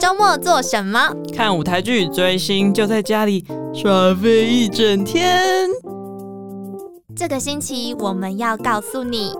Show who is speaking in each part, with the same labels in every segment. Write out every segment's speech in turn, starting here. Speaker 1: 周末做什么？
Speaker 2: 看舞台剧、追星，就在家里耍废一整天。
Speaker 1: 这个星期我们要告诉你。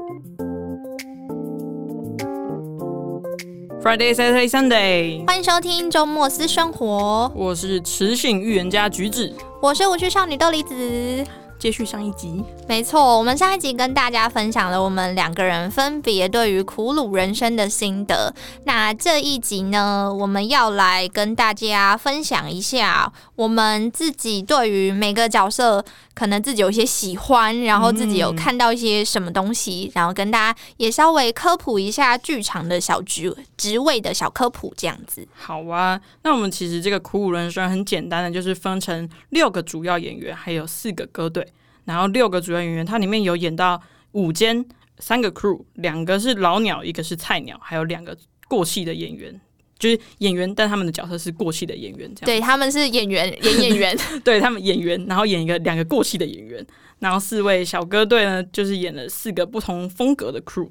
Speaker 2: Friday, Saturday, Sunday，
Speaker 1: 欢迎收听周末私生活，
Speaker 2: 我是持性预言家橘子。
Speaker 1: 我是无趣少女豆梨子。
Speaker 2: 接续上一集，
Speaker 1: 没错，我们上一集跟大家分享了我们两个人分别对于苦鲁人生的心得。那这一集呢，我们要来跟大家分享一下我们自己对于每个角色，可能自己有一些喜欢，然后自己有看到一些什么东西，然后跟大家也稍微科普一下剧场的小职职位的小科普这样子。
Speaker 2: 好啊。那我们其实这个苦武人生很简单的，就是分成六个主要演员，还有四个歌队。然后六个主要演员，它里面有演到五间三个 crew，两个是老鸟，一个是菜鸟，还有两个过气的演员，就是演员，但他们的角色是过气的演员，这样。
Speaker 1: 对，他们是演 员，演演员，
Speaker 2: 对他们演员，然后演一个两个过气的演员，然后四位小哥队呢，就是演了四个不同风格的 crew。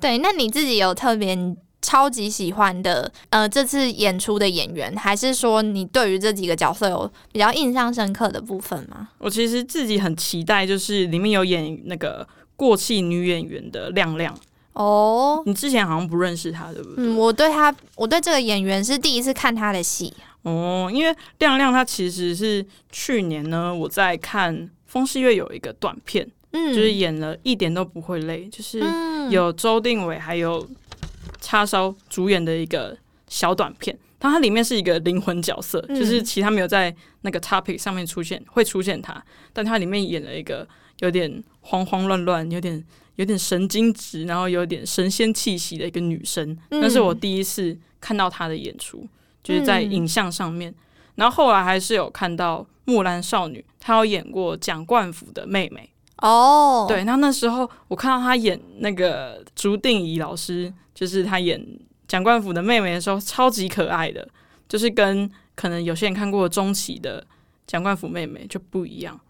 Speaker 1: 对，那你自己有特别超级喜欢的呃这次演出的演员，还是说你对于这几个角色有比较印象深刻的部分吗？
Speaker 2: 我其实自己很期待，就是里面有演那个过气女演员的亮亮，
Speaker 1: 哦，
Speaker 2: 你之前好像不认识她，对不对？
Speaker 1: 嗯，我对他，我对这个演员是第一次看他的戏，
Speaker 2: 哦，因为亮亮她其实是去年呢，我在看风戏月有一个短片，
Speaker 1: 嗯，
Speaker 2: 就是演了一点都不会累，就是
Speaker 1: 嗯
Speaker 2: 有周定伟还有叉烧主演的一个小短片，它它里面是一个灵魂角色，
Speaker 1: 嗯
Speaker 2: 就是其他没有在那个 topic 上面出现，会出现他，但它里面演了一个有点慌慌乱乱，有点有点神经质，然后有点神仙气息的一个女生，
Speaker 1: 嗯
Speaker 2: 那是我第一次看到她的演出，就是在
Speaker 1: 嗯
Speaker 2: 影像上面。然后后来还是有看到木兰少女，她有演过蒋冠甫的妹妹，
Speaker 1: 哦，，
Speaker 2: 对，那那时候我看到他演那个朱定仪老师，就是他演蒋冠甫的妹妹的时候，超级可爱的，就是跟可能有些人看过中期的蒋冠甫妹妹就不一样。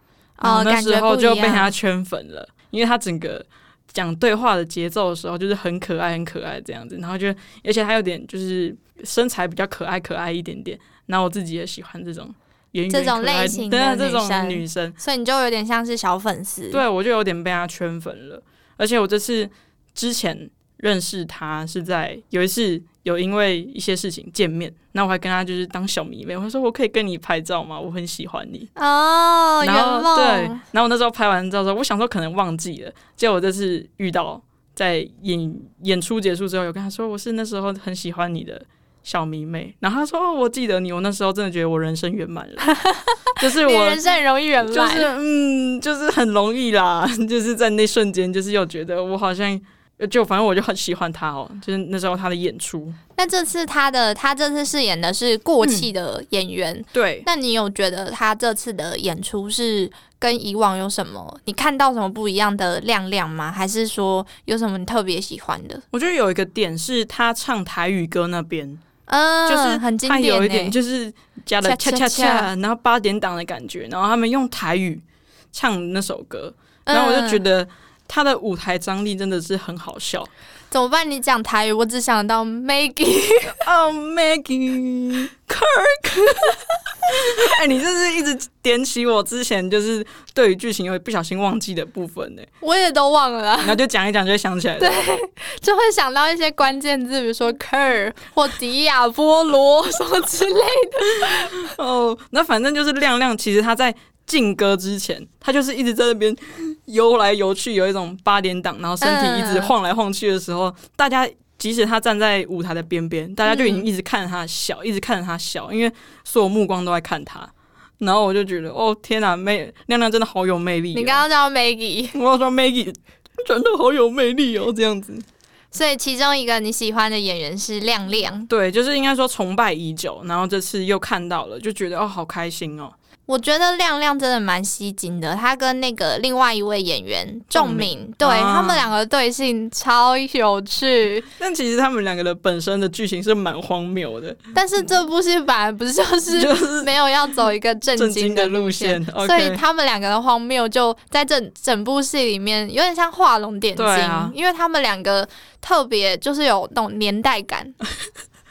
Speaker 2: 然
Speaker 1: 哦，
Speaker 2: 后那
Speaker 1: 感
Speaker 2: 时
Speaker 1: 觉
Speaker 2: 候
Speaker 1: 不
Speaker 2: 就
Speaker 1: 一
Speaker 2: 被他
Speaker 1: 样，
Speaker 2: 圈粉了，因为他整个讲对话的节奏的时候，就是很可爱、很可爱这样子，然后就而且他有点就是身材比较可爱、可爱一点点，然后我自己也喜欢这种圆圆
Speaker 1: 这种
Speaker 2: 可爱
Speaker 1: 类型
Speaker 2: 对啊
Speaker 1: 的
Speaker 2: 这
Speaker 1: 女
Speaker 2: 种
Speaker 1: 生
Speaker 2: 女生。
Speaker 1: 所以你就有点像是小粉丝，，
Speaker 2: 对我就有点被他圈粉了。而且我这次之前认识他是在有一次有因为一些事情见面，那我还跟他就是当小迷妹，我说我可以跟你拍照吗？我很喜欢你。
Speaker 1: 哦，
Speaker 2: 然
Speaker 1: 圆
Speaker 2: 后对，
Speaker 1: 梦，
Speaker 2: 然后我那时候拍完照之后，我想说可能忘记了，结果我这次遇到在演演出结束之后，有跟他说我是那时候很喜欢你的。小迷妹，然后他说：“哦，我记得你，我那时候真的觉得我人生圆满了， 就是
Speaker 1: 你
Speaker 2: 我
Speaker 1: 人生很容易圆满，
Speaker 2: 就是嗯，就是很容易啦， 就是在那瞬间，就是又觉得我好像就反正我就很喜欢他哦，就是那时候他的演出，
Speaker 1: 那这次他的他这次饰演的是过气的演员，
Speaker 2: 对。
Speaker 1: 那你有觉得他这次的演出是跟以往有什么？你看到什么不一样的亮亮吗？还是说有什么你特别喜欢的？
Speaker 2: 我觉得有一个点是他唱台语歌那边，
Speaker 1: 嗯，
Speaker 2: 就是
Speaker 1: 很经
Speaker 2: 他
Speaker 1: 典、欸，
Speaker 2: 有一点就是加了
Speaker 1: 恰
Speaker 2: 恰
Speaker 1: 恰
Speaker 2: 恰
Speaker 1: 恰
Speaker 2: 恰，然后八点档的感觉，然后他们用台语唱那首歌，
Speaker 1: 嗯
Speaker 2: 然后我就觉、得他的舞台张力真的是很好笑。
Speaker 1: 怎么办？你讲台语，我只想到 Maggie，
Speaker 2: Oh Maggie Kirk，哎、你这是一直点起我之前就是对于剧情有不小心忘记的部分呢、
Speaker 1: 我也都忘了啦，
Speaker 2: 然后就讲一讲就会想起来了。
Speaker 1: 就会想到一些关键字，比如说 Kerr 或迪亚波罗什么之类的。
Speaker 2: 哦，那反正就是亮亮，其实他在进歌之前，他就是一直在那边游来游去，有一种八点档，然后身体
Speaker 1: 嗯
Speaker 2: 一直晃来晃去的时候，大家。即使他站在舞台的边边，大家就已
Speaker 1: 嗯
Speaker 2: 经一直看着他笑，一直看着他笑，因为所有目光都在看他。然后我就觉得，哦天哪，魅亮亮真的好有魅力哦、
Speaker 1: 你刚刚叫 Maggie，
Speaker 2: 我要说 Maggie 真的好有魅力哦，这样子。
Speaker 1: 所以其中一个你喜欢的演员是亮亮。
Speaker 2: 对，就是应该说崇拜已久，然后这次又看到了，就觉得哦，好开心哦。
Speaker 1: 我觉得亮亮真的蛮吸睛的，他跟那个另外一位演员仲敏，对、
Speaker 2: 啊
Speaker 1: 他们两个对戏超有 趣。
Speaker 2: 但其实他们两个的本身的剧情是蛮荒谬的，
Speaker 1: 但是这部戏本来不是就是
Speaker 2: 就是
Speaker 1: 没有要走一个正
Speaker 2: 震
Speaker 1: 经
Speaker 2: 惊
Speaker 1: 的
Speaker 2: 的
Speaker 1: 路
Speaker 2: 路线。
Speaker 1: 所以
Speaker 2: OK，
Speaker 1: 他们两个的荒谬就在整整部戏里面有点像画龙点睛，
Speaker 2: 对啊
Speaker 1: 因为他们两个特别就是有那种年代感。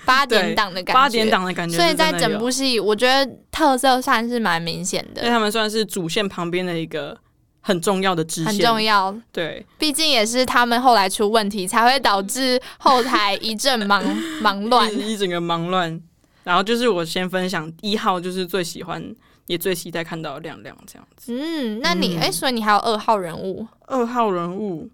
Speaker 1: 八点档的感觉，
Speaker 2: 八点档的感觉是
Speaker 1: 所以
Speaker 2: 真的有，
Speaker 1: 在整部戏，我觉得特色算是蛮明显
Speaker 2: 因为
Speaker 1: 的，
Speaker 2: 他们算是主线旁边的一个很重要的支线，
Speaker 1: 很重要。
Speaker 2: 对，
Speaker 1: 毕竟也是他们后来出问题，才会导致后台一阵忙忙 乱。
Speaker 2: 一一整个忙乱。然后就是我先分享一号，就是最喜欢也最期待看到的亮亮这样子。
Speaker 1: 嗯，那你
Speaker 2: 嗯
Speaker 1: 哎、所以你还有二号人物，
Speaker 2: 二号人物，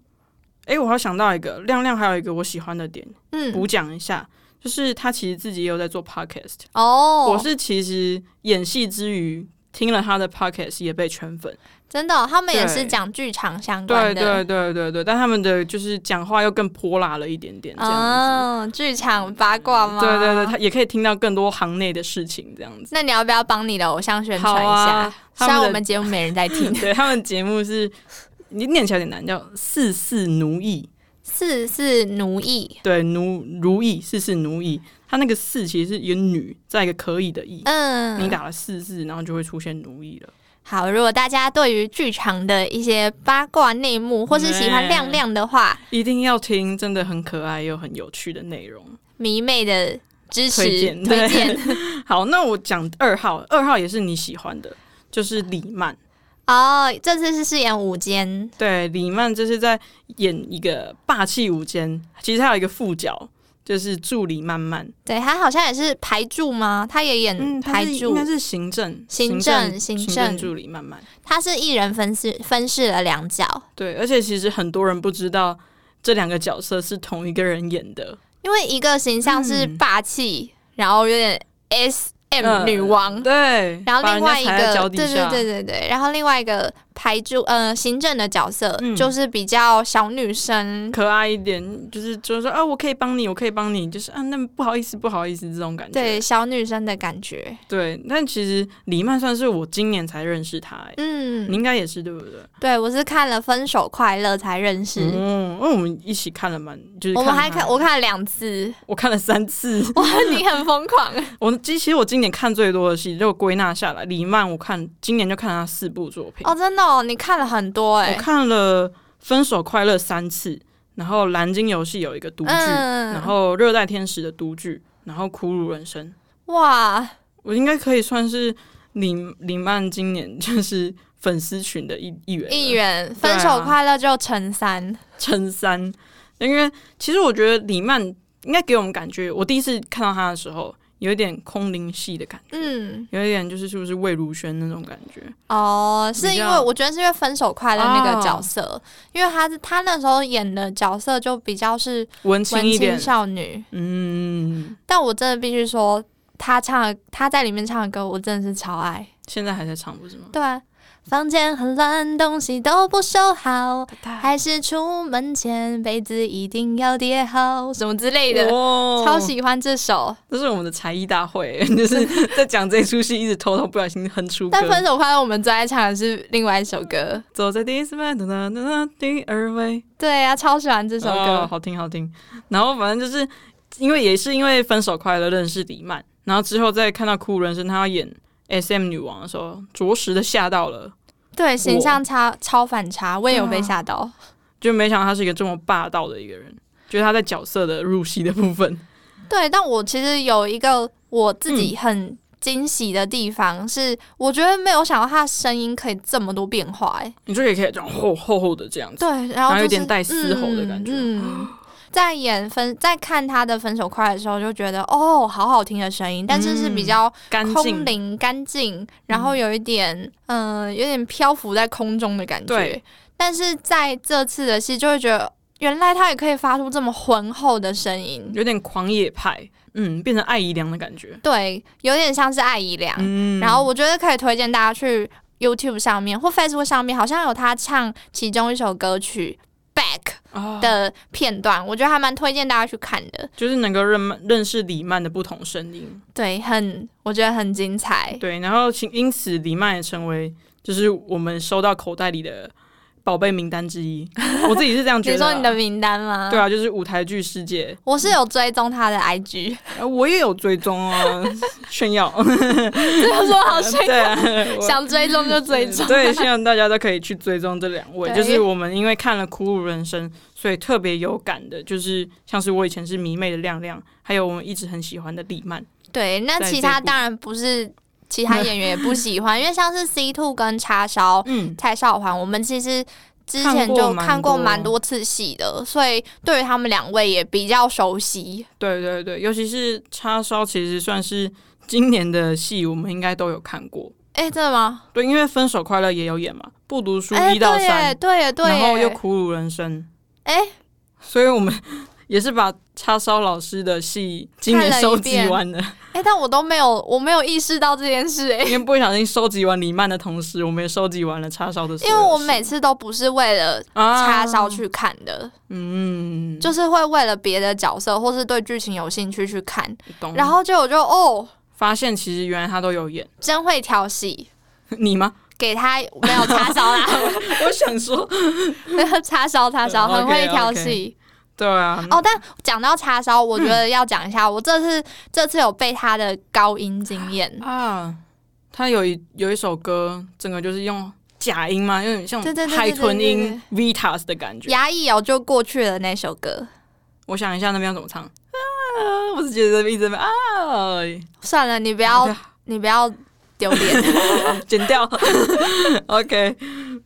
Speaker 2: 诶，我还想到一个亮亮，还有一个我喜欢的点，
Speaker 1: 嗯，
Speaker 2: 补讲一下，就是他其实自己也有在做 podcast。
Speaker 1: 哦，
Speaker 2: 我是其实演戏之余听了他的 podcast 也被圈粉。
Speaker 1: 真的哦、他们也
Speaker 2: 对
Speaker 1: 是讲剧场相
Speaker 2: 对
Speaker 1: 关的，
Speaker 2: 对对对对，但他们的就是讲话又更泼辣了一点点这样子。
Speaker 1: 嗯，剧场八卦吗？
Speaker 2: 对对对，他也可以听到更多行内的事情，这样子。
Speaker 1: 那你要不要帮你的偶像宣传
Speaker 2: 好
Speaker 1: 一下
Speaker 2: 啊？，
Speaker 1: 虽
Speaker 2: 他
Speaker 1: 然
Speaker 2: 们
Speaker 1: 我
Speaker 2: 的
Speaker 1: 们节目没人在听
Speaker 2: ，对他们节目是，你念起来有点难，叫“四四奴役
Speaker 1: 四是奴役，”，
Speaker 2: 对，奴如意，四四奴役。他那个“四”其实是一个女，在一个可以的“意”，你
Speaker 1: 嗯，
Speaker 2: 打了“四四”，然后就会出现奴役了。
Speaker 1: 好。如果大家对于剧场的一些八卦内幕，或是喜欢
Speaker 2: 对
Speaker 1: 亮亮的话，
Speaker 2: 一定要听，真的很可爱又很有趣的内容。
Speaker 1: 迷妹的支持
Speaker 2: 推荐
Speaker 1: 推荐
Speaker 2: 好，那我讲二号，二号也是你喜欢的，就是李曼。
Speaker 1: 哦。这次是饰演午间，
Speaker 2: 对，李曼就是在演一个霸气无间，其实还有一个副角，就是助理曼曼。
Speaker 1: 对他好像也是排柱吗？他也演
Speaker 2: 嗯，
Speaker 1: 排
Speaker 2: 他是
Speaker 1: 柱，
Speaker 2: 应该是行政、
Speaker 1: 行
Speaker 2: 政、
Speaker 1: 政行
Speaker 2: 行
Speaker 1: 政
Speaker 2: 助理慢慢。
Speaker 1: 他是一人分饰分饰了两角。
Speaker 2: 对，而且其实很多人不知道这两个角色是同一个人演的。
Speaker 1: 因为一个形象是霸气，然后有点 S M
Speaker 2: 嗯
Speaker 1: 女王，
Speaker 2: 对，
Speaker 1: 然后另
Speaker 2: 把人
Speaker 1: 外一
Speaker 2: 家踩在
Speaker 1: 个
Speaker 2: 脚
Speaker 1: 对
Speaker 2: 底
Speaker 1: 对
Speaker 2: 下
Speaker 1: 对对对，然后另外一个排住呃行政的角色、
Speaker 2: 嗯
Speaker 1: 就是比较小女生，
Speaker 2: 可爱一点，就是就是说啊，我可以帮你，我可以帮你，就是啊，那不好意思，不好意思这种感觉。
Speaker 1: 对小女生的感觉，
Speaker 2: 对，但其实李曼算是我今年才认识他、欸，你
Speaker 1: 嗯，
Speaker 2: 应该也是对不对？
Speaker 1: 对我是看了《分手快乐》才认识。
Speaker 2: 嗯，因为我们一起看了蛮，就是
Speaker 1: 我们还
Speaker 2: 他
Speaker 1: 看，我看了两次，
Speaker 2: 我看了 三次，
Speaker 1: 哇，你很疯狂，
Speaker 2: 我其实我今年看最多的戏，就归纳下来，李曼我看今年就看了她四部作品，
Speaker 1: 哦，真的哦，你看了很多哎、
Speaker 2: 我看了《分手快乐》三次，然后《蓝鲸游戏》有一个独剧，
Speaker 1: 嗯
Speaker 2: 然后《热带天使》的独剧，然后《苦鲁人生》，
Speaker 1: 哇，
Speaker 2: 我应该可以算是李李曼今年就是粉丝群的一一员了，
Speaker 1: 议员《分手快乐》就乘三，
Speaker 2: 撑三，因为其实我觉得李曼应该给我们感觉，我第一次看到她的时候，有一点空灵系的感觉。
Speaker 1: 嗯，
Speaker 2: 有一点就是是不是魏如萱那种感觉？
Speaker 1: 哦，是
Speaker 2: 比
Speaker 1: 因
Speaker 2: 较
Speaker 1: 为我觉得是因为《分手快乐》那个
Speaker 2: 哦
Speaker 1: 角色，因为他是他那时候演的角色就比较是
Speaker 2: 文青
Speaker 1: 文
Speaker 2: 一点
Speaker 1: 青，少女，
Speaker 2: 嗯，
Speaker 1: 但我真的必须说，他唱的他在里面唱的歌，我真的是超爱。
Speaker 2: 现在还在唱不是吗？
Speaker 1: 对啊、房间很乱，东西都不收好，
Speaker 2: 啊
Speaker 1: 还是出门前被子一定要叠好，什么之类的，
Speaker 2: 哦
Speaker 1: 超！喜欢这首。
Speaker 2: 这是我们的才艺大会，就是在讲这出戏，一直偷偷不小心哼出歌
Speaker 1: 但。《分手快乐》我们最爱唱的是另外一首歌，
Speaker 2: 走在第四排，哒哒哒哒，第二位，
Speaker 1: 对啊，超喜欢这
Speaker 2: 这
Speaker 1: 首歌。
Speaker 2: 好听好听。然后反正就是因为也是因为《分手快乐》认识李曼，然后之后再看到《哭哭人生》，她要演 S M 女王的时候，着实的吓到了，
Speaker 1: 对，形象差超反差，我也有被吓到。
Speaker 2: 啊就没想到她是一个这么霸道的一个人。就是她在角色的入戏的部分，
Speaker 1: 对，但我其实有一个我自己很惊喜的地方是，我觉得没有想到他的声音可以这么多变化、哎，
Speaker 2: 你就也可以这样厚厚厚的这样子。
Speaker 1: 对，然后、就是、
Speaker 2: 嗯然后有点带嘶吼的感觉
Speaker 1: 嗯。嗯在演分，在看他的《分手快乐》的时候，就觉得哦，好好听的声音，但是是
Speaker 2: 嗯
Speaker 1: 比较
Speaker 2: 干净
Speaker 1: 空灵、干净，然后有一点，嗯、有点漂浮在空中的感觉
Speaker 2: 对。
Speaker 1: 但是在这次的戏，就会觉得原来他也可以发出这么浑厚的声音，
Speaker 2: 有点狂野派，嗯，变成爱姨娘的感觉。
Speaker 1: 对，有点像是艾怡良。
Speaker 2: 嗯
Speaker 1: 然后我觉得可以推荐大家去 YouTube 上面或 Facebook 上面，好像有他唱其中一首歌曲《Back》
Speaker 2: 哦，
Speaker 1: 的片段，我觉得还蛮推荐大家去看的。
Speaker 2: 就是能够认认识李曼的不同声音，
Speaker 1: 对，很我觉得很精彩。
Speaker 2: 对，然后其因此李曼也成为就是我们收到口袋里的。宝贝名单之一，我自己是这样 觉
Speaker 1: 你
Speaker 2: 得啦。
Speaker 1: 说你的名单吗？
Speaker 2: 对啊，就是舞台剧世界，
Speaker 1: 我是有追踪他的 IG，
Speaker 2: 呃我也有追踪啊， 炫 耀，
Speaker 1: 这样说好炫
Speaker 2: 对
Speaker 1: 耀，
Speaker 2: 啊，我
Speaker 1: 想追踪就追踪。
Speaker 2: 对，希望大家都可以去追踪这两位。
Speaker 1: 对
Speaker 2: 就是我们因为看了《苦鲁人生》，所以特别有感的，就是像是我以前是迷妹的亮亮，还有我们一直很喜欢的李曼。
Speaker 1: 对，那
Speaker 2: 在
Speaker 1: 其
Speaker 2: 这
Speaker 1: 他
Speaker 2: 部
Speaker 1: 当然不是其他演员也不喜 欢，因为像是 C two 跟叉烧、
Speaker 2: 嗯，
Speaker 1: 蔡少环，我们其实之
Speaker 2: 看
Speaker 1: 前
Speaker 2: 过
Speaker 1: 就
Speaker 2: 蛮
Speaker 1: 看过
Speaker 2: 多
Speaker 1: 蛮多次戏的，所以对于他们两位也比较熟悉。
Speaker 2: 对对对，尤其是叉烧，其实算是今年的戏，我们应该都有看过。
Speaker 1: 哎、真的吗？
Speaker 2: 对，因为《分手快乐》也有演嘛，《不读书》
Speaker 1: 哎、
Speaker 2: 一到
Speaker 1: 对耶，
Speaker 2: 三，
Speaker 1: 对耶，对耶，
Speaker 2: 然后又《苦鲁人生》，
Speaker 1: 哎、
Speaker 2: 所以我们 也是把叉烧老师的戏今
Speaker 1: 看
Speaker 2: 年
Speaker 1: 了一
Speaker 2: 收集
Speaker 1: 遍
Speaker 2: 完了。
Speaker 1: 哎、但我都没有，我没有意识到这件事哎、
Speaker 2: 因为不小心收集完李曼的同时，我们也收集完了叉烧的所
Speaker 1: 因
Speaker 2: 有
Speaker 1: 为
Speaker 2: 事。
Speaker 1: 我每次都不是为了
Speaker 2: 啊
Speaker 1: 叉烧，去看的，
Speaker 2: 嗯，
Speaker 1: 就是会为了别的角色或是对剧情有兴趣去看，
Speaker 2: 懂。
Speaker 1: 然后就我就哦，
Speaker 2: 发现其实原来他都有演，
Speaker 1: 真会挑戏，
Speaker 2: 你吗？
Speaker 1: 给他没有叉烧啦，
Speaker 2: 我想说，
Speaker 1: 叉烧叉烧，
Speaker 2: 嗯
Speaker 1: 很会
Speaker 2: OK，OK
Speaker 1: 挑戏。
Speaker 2: 对啊，
Speaker 1: 哦，但讲到叉烧，我觉得要讲一下，
Speaker 2: 嗯
Speaker 1: 我这次这次有被他的高音惊艳。
Speaker 2: 啊，他有一有一首歌，整个就是用假音嘛，有点像
Speaker 1: 对对对对
Speaker 2: 海豚
Speaker 1: 对
Speaker 2: 音 Vitas 的感觉。
Speaker 1: 牙一咬就过去了那首歌，
Speaker 2: 我想一下那边要怎么唱啊，我只觉得一直在那边啊，
Speaker 1: 算了，你不要，你不要丢 脸。
Speaker 2: 剪掉。OK，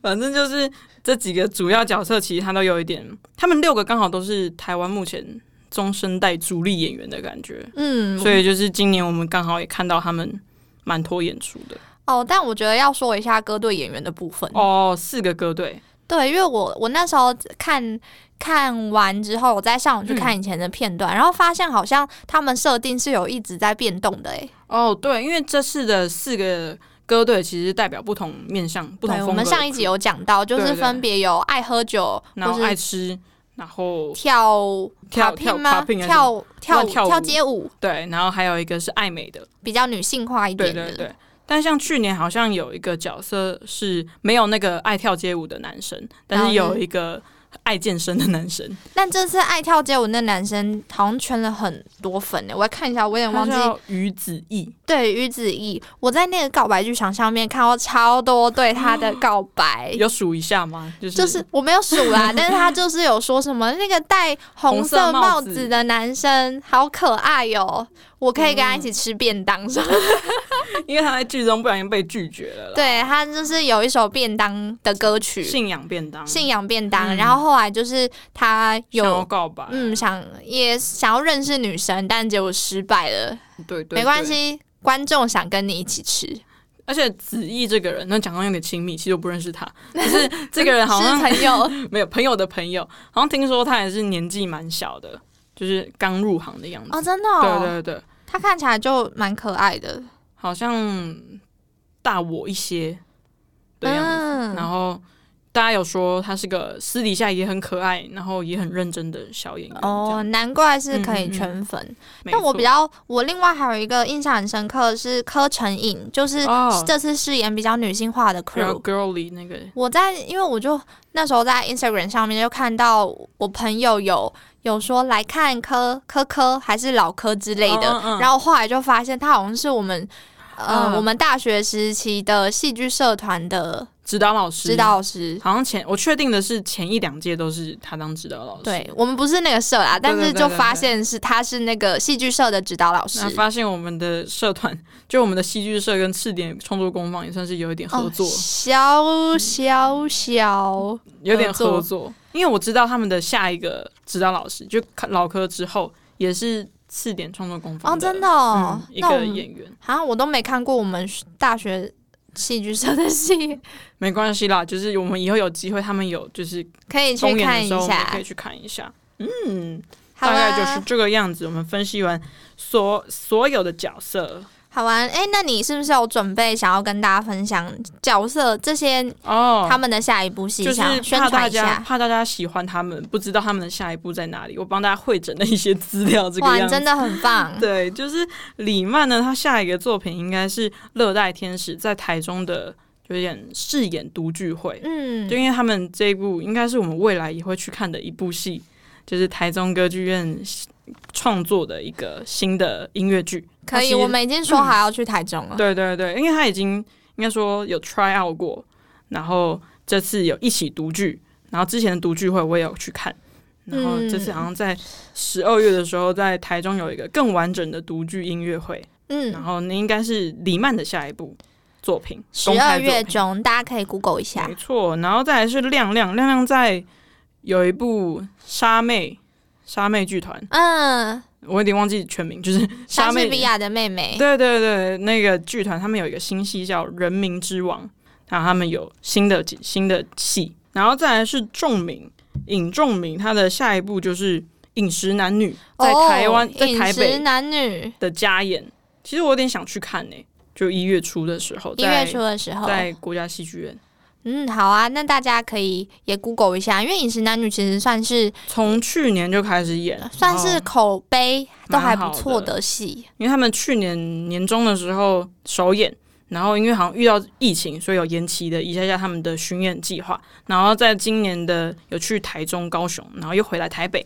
Speaker 2: 反正就是这几个主要角色，其实他都有一点，他们六个刚好都是台湾目前中生代主力演员的感觉，
Speaker 1: 嗯，
Speaker 2: 所以就是今年我们刚好也看到他们蛮多演出的
Speaker 1: 哦，但我觉得要说一下歌队演员的部分。
Speaker 2: 哦，四个歌队，
Speaker 1: 对，因为我我那时候看看完之后，我再上
Speaker 2: 嗯
Speaker 1: 网去看以前的片段，然后发现好像他们设定是有一直在变动的、欸诶。
Speaker 2: 哦，对，因为这次的四个歌队其实代表不同面向、不同
Speaker 1: 对，
Speaker 2: 风
Speaker 1: 我
Speaker 2: 格。
Speaker 1: 们上一集，有讲到，就
Speaker 2: 对
Speaker 1: 是
Speaker 2: 对
Speaker 1: 分别有爱喝酒，
Speaker 2: 然
Speaker 1: 或
Speaker 2: 后爱
Speaker 1: 是
Speaker 2: 吃，然后
Speaker 1: 跳
Speaker 2: 跳
Speaker 1: popping
Speaker 2: 跳
Speaker 1: 吗？
Speaker 2: popping 还是
Speaker 1: 跳跳
Speaker 2: 乱跳舞
Speaker 1: 跳街舞，
Speaker 2: 对，然后还有一个是爱美的，
Speaker 1: 比较女性化一
Speaker 2: 对
Speaker 1: 点的。
Speaker 2: 对对。但像去年好像有一个角色是没有那个爱跳街舞的男生，但
Speaker 1: 然后是
Speaker 2: 是有一个爱健身的男生，
Speaker 1: 但这次爱跳街舞那男生好像圈了很多粉、欸诶，我要看一下，我有点
Speaker 2: 他
Speaker 1: 忘记。
Speaker 2: 叫于子毅。
Speaker 1: 对，于子毅，我在那个告白剧场上面看到超多对他的告白。
Speaker 2: 嗯有数一下吗？就是
Speaker 1: 就是我没有数啦， 但是他就是有说什么那个戴红色帽子的男生好可爱哟、我可以跟他一起
Speaker 2: 嗯
Speaker 1: 吃便当什么的。
Speaker 2: 因为他在剧中不小心被拒绝了啦。
Speaker 1: 对他就是有一首便当的歌曲《
Speaker 2: 啊信仰便当，
Speaker 1: 信仰便当》，
Speaker 2: 嗯
Speaker 1: 然后后来就是他
Speaker 2: 想要
Speaker 1: 有
Speaker 2: 告白，
Speaker 1: 嗯想也想要认识女生，但结果失败了，
Speaker 2: 对对对
Speaker 1: 没关。系，观众想跟你一起吃，
Speaker 2: 而且子毅这个人，那讲到有点亲密，其实我不认识 他，但是这个人好像
Speaker 1: 是朋 友
Speaker 2: 没有朋友的朋友，好像听说他也是年纪蛮小的，就是刚入行的样子。
Speaker 1: 哦，真的、哦，
Speaker 2: 对对对，
Speaker 1: 他看起来就蛮可爱的，
Speaker 2: 好像大我一些的样子。
Speaker 1: 嗯
Speaker 2: 然后大家有说他是个私底下也很可爱，然后也很认真的小演员。
Speaker 1: 哦，
Speaker 2: 这样，
Speaker 1: 难怪是可以
Speaker 2: 嗯嗯嗯
Speaker 1: 圈粉。
Speaker 2: 没
Speaker 1: 但我
Speaker 2: 错
Speaker 1: 比较，我另外还有一个印象很深刻的是柯晨颖，就是
Speaker 2: 哦
Speaker 1: 这次饰演比较女性化的
Speaker 2: 比较
Speaker 1: crew。
Speaker 2: girly 那个
Speaker 1: 我在，因为我就那时候在 Instagram 上面就看到我朋友有有说来看柯柯柯还是老柯之类的，
Speaker 2: 嗯嗯嗯
Speaker 1: 然后后来就发现他好像是我们呃、
Speaker 2: 嗯
Speaker 1: 我们大学时期的戏剧社团的
Speaker 2: 指导老师，
Speaker 1: 指导老师。
Speaker 2: 好像前我确定的是前一两届都是他当指导老师。。
Speaker 1: 对我们不是那个社啦，但
Speaker 2: 对
Speaker 1: 是
Speaker 2: 对
Speaker 1: 就
Speaker 2: 对
Speaker 1: 发
Speaker 2: 对
Speaker 1: 现是他是那个戏剧社的指导老师
Speaker 2: 那，发现我们的社团，就我们的戏剧社跟赤点创作工坊也算是有一点合作，
Speaker 1: 哦、小小小，哦
Speaker 2: 有点
Speaker 1: 合
Speaker 2: 合
Speaker 1: 作
Speaker 2: 作，因为我知道他们的下一个指导老师就老科之后也是次点创作工坊
Speaker 1: 哦，真的哦，
Speaker 2: 嗯一
Speaker 1: 那我
Speaker 2: 个
Speaker 1: 们
Speaker 2: 演员，
Speaker 1: 好像我都没看过我们大学戏剧社的戏，
Speaker 2: 没关系啦，就是我们以后有机会，他们有就是
Speaker 1: 可以去
Speaker 2: 公演
Speaker 1: 看
Speaker 2: 的
Speaker 1: 一
Speaker 2: 时候，我们可
Speaker 1: 下
Speaker 2: 以。去看一下。嗯，
Speaker 1: 好
Speaker 2: 大
Speaker 1: 啊，
Speaker 2: 概就是这个样子。我们分析完所所有的角色
Speaker 1: 好玩。哎、那你是不是有准备想要跟大家分享角色这些
Speaker 2: 哦，
Speaker 1: 他们的下一部戏，
Speaker 2: 就是
Speaker 1: 想宣
Speaker 2: 怕大
Speaker 1: 传一
Speaker 2: 家
Speaker 1: 下？
Speaker 2: 怕大家喜欢他们，不知道他们的下一步在哪里。我帮大家会诊了一些资料，这个
Speaker 1: 哇，
Speaker 2: 样
Speaker 1: 你
Speaker 2: 子！
Speaker 1: 真。的很棒
Speaker 2: 对，就是李曼呢，她下一个作品应该是《热带天使》在台中的有点饰演独聚会，
Speaker 1: 嗯
Speaker 2: 就因为他们这一部应该是我们未来也会去看的一部戏，就是台中歌剧院创作的一个新的音乐剧。它
Speaker 1: 可
Speaker 2: 其
Speaker 1: 以，
Speaker 2: 实
Speaker 1: 我们已经说好要去台中了。
Speaker 2: 对对对，因为他已经应该说有 try out 过，然后这次有一起独剧，然后之前的独剧会我也有去看，然后这次好像在十二月的时候在台中有一个更完整的独剧音乐会，然
Speaker 1: 嗯，
Speaker 2: 后那应该是李曼的下一部作品，
Speaker 1: 十
Speaker 2: 公
Speaker 1: 二
Speaker 2: 开作
Speaker 1: 月
Speaker 2: 品
Speaker 1: 中大家可以 Google 一下
Speaker 2: 没。错，然后再来是亮亮，亮亮在有一部沙妹沙妹剧团，
Speaker 1: 嗯，
Speaker 2: 我有点忘记全名，就是
Speaker 1: 莎
Speaker 2: 沙
Speaker 1: 士
Speaker 2: 妹
Speaker 1: 比亚的妹妹。
Speaker 2: 对对对，那个剧团他们有一个新戏叫《人民之王》，然后他们有新的几新的戏，然后再来是仲明尹仲明，他的下一部就是《饮食男女》在
Speaker 1: 哦
Speaker 2: 台湾、在
Speaker 1: 饮
Speaker 2: 台
Speaker 1: 食
Speaker 2: 北
Speaker 1: 男女
Speaker 2: 的加演，其实我有点想去看呢、就一月初的时候，
Speaker 1: 一月
Speaker 2: 在
Speaker 1: 初的时候，
Speaker 2: 在国家戏剧院，
Speaker 1: 嗯，好啊，那大家可以也 Google 一下，因为饮食男女其实算是
Speaker 2: 从去年就开始演，
Speaker 1: 呃算是
Speaker 2: 然后
Speaker 1: 口碑都还不错
Speaker 2: 哦蛮好
Speaker 1: 的戏。
Speaker 2: 因为他们去年年中的时候首演，然后因为好像遇到疫情，所以有延期的一下下他们的巡演计划，然后在今年的有去台中、高雄，然后又回来台北，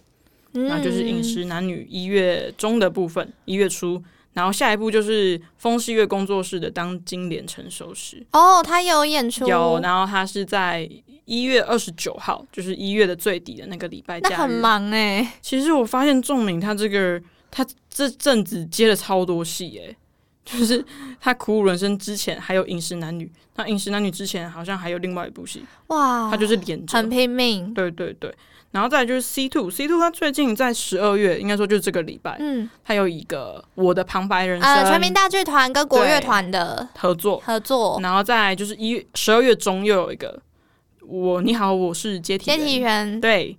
Speaker 1: 嗯，
Speaker 2: 那就是《饮食男女》一月中的部分，一月初。然后下一步就是风戏月工作室的《当经典成熟时
Speaker 1: 哦，他有演出，》，
Speaker 2: 有，然后他是在一月二十九号，就是一月的最底的那个礼拜
Speaker 1: 那
Speaker 2: 假
Speaker 1: 很
Speaker 2: 日。
Speaker 1: 忙哎、
Speaker 2: 其实我发现仲明他这个他这阵子接了超多戏诶、就是他《苦鲁人生》之前还有《饮食男女》，那《饮食男女》之前好像还有另外一部戏，
Speaker 1: 哇，
Speaker 2: 他就是连着。
Speaker 1: 哦很拼命。
Speaker 2: 对对对，然后再来就是 C two C two，他最近在十二月，应该说就是这个礼拜，
Speaker 1: 嗯，
Speaker 2: 他有一个《我的旁白人生
Speaker 1: 呃，全民》大剧团跟国乐团的
Speaker 2: 合作，
Speaker 1: 合作，
Speaker 2: 然后再来就是一十二月中又有一个我你好，我是接体
Speaker 1: 接
Speaker 2: 人
Speaker 1: 体员
Speaker 2: 对，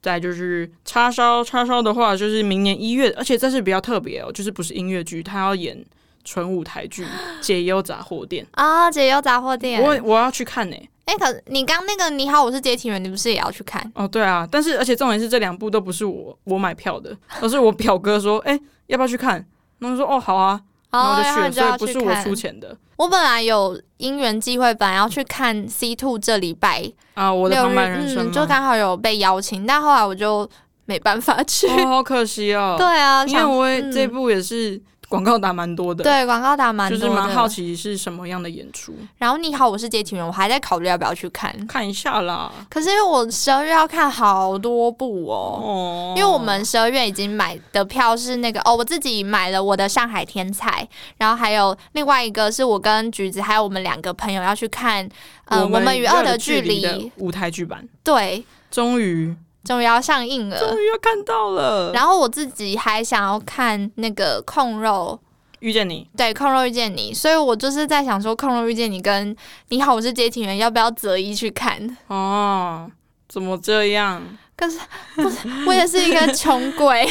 Speaker 2: 再就是叉烧，叉烧的话就是明年一月，而且这是比较特别哦，就是不是音乐剧，他要演纯舞台 剧《解忧杂货店
Speaker 1: 啊，解忧杂货》店。
Speaker 2: 我我要去看呢、
Speaker 1: 哎、可你刚那个你好，我是接体员，你不是也要去看？
Speaker 2: 哦，对啊，但是而且重点是这两部都不是我我买票的，而是我表哥说，哎、要不要去看？然后我说哦好啊，然后
Speaker 1: 哦，然后
Speaker 2: 就
Speaker 1: 你
Speaker 2: 去了，
Speaker 1: 要
Speaker 2: 所以
Speaker 1: 去
Speaker 2: 不是我
Speaker 1: 看。
Speaker 2: 出钱的
Speaker 1: 我本来有因缘际会，本来要去看 C Two 这礼拜
Speaker 2: 啊，我的
Speaker 1: 六
Speaker 2: 旁
Speaker 1: 日，
Speaker 2: 白人生
Speaker 1: 嗯，就
Speaker 2: 吗
Speaker 1: 刚好有被邀请，但后来我就没办法去。
Speaker 2: 哦，好可 惜哦，
Speaker 1: 对啊，
Speaker 2: 因为
Speaker 1: 想
Speaker 2: 我也
Speaker 1: 嗯
Speaker 2: 这部也是广告打蛮多的，，
Speaker 1: 对广告打蛮
Speaker 2: 就
Speaker 1: 多的，
Speaker 2: 是蛮好奇是什么样的演出，
Speaker 1: 然后你好，我是接体员，我还在考虑要不要去看。
Speaker 2: 看一下啦。
Speaker 1: 可是因为我十二月要看好多部哦，
Speaker 2: 哦
Speaker 1: 因为我们十二月已经买的票是那个哦，我自己买了我的《上海天才》，然后还有另外一个是我跟橘子还有我们两个朋友要去看，呃，《我们与恶的距
Speaker 2: 离
Speaker 1: 离》
Speaker 2: 的舞台剧版，
Speaker 1: 对，
Speaker 2: 终于
Speaker 1: 终于要上映了
Speaker 2: 终。于要看到了，
Speaker 1: 然后我自己还想要看那个控肉，
Speaker 2: 遇见你
Speaker 1: 对，控肉遇见你，所以我就是在想说，控肉遇见你跟你好，我是接体员，要不要择一去看？
Speaker 2: 哦，怎么这样？
Speaker 1: 可是不是，我也是一个穷 鬼。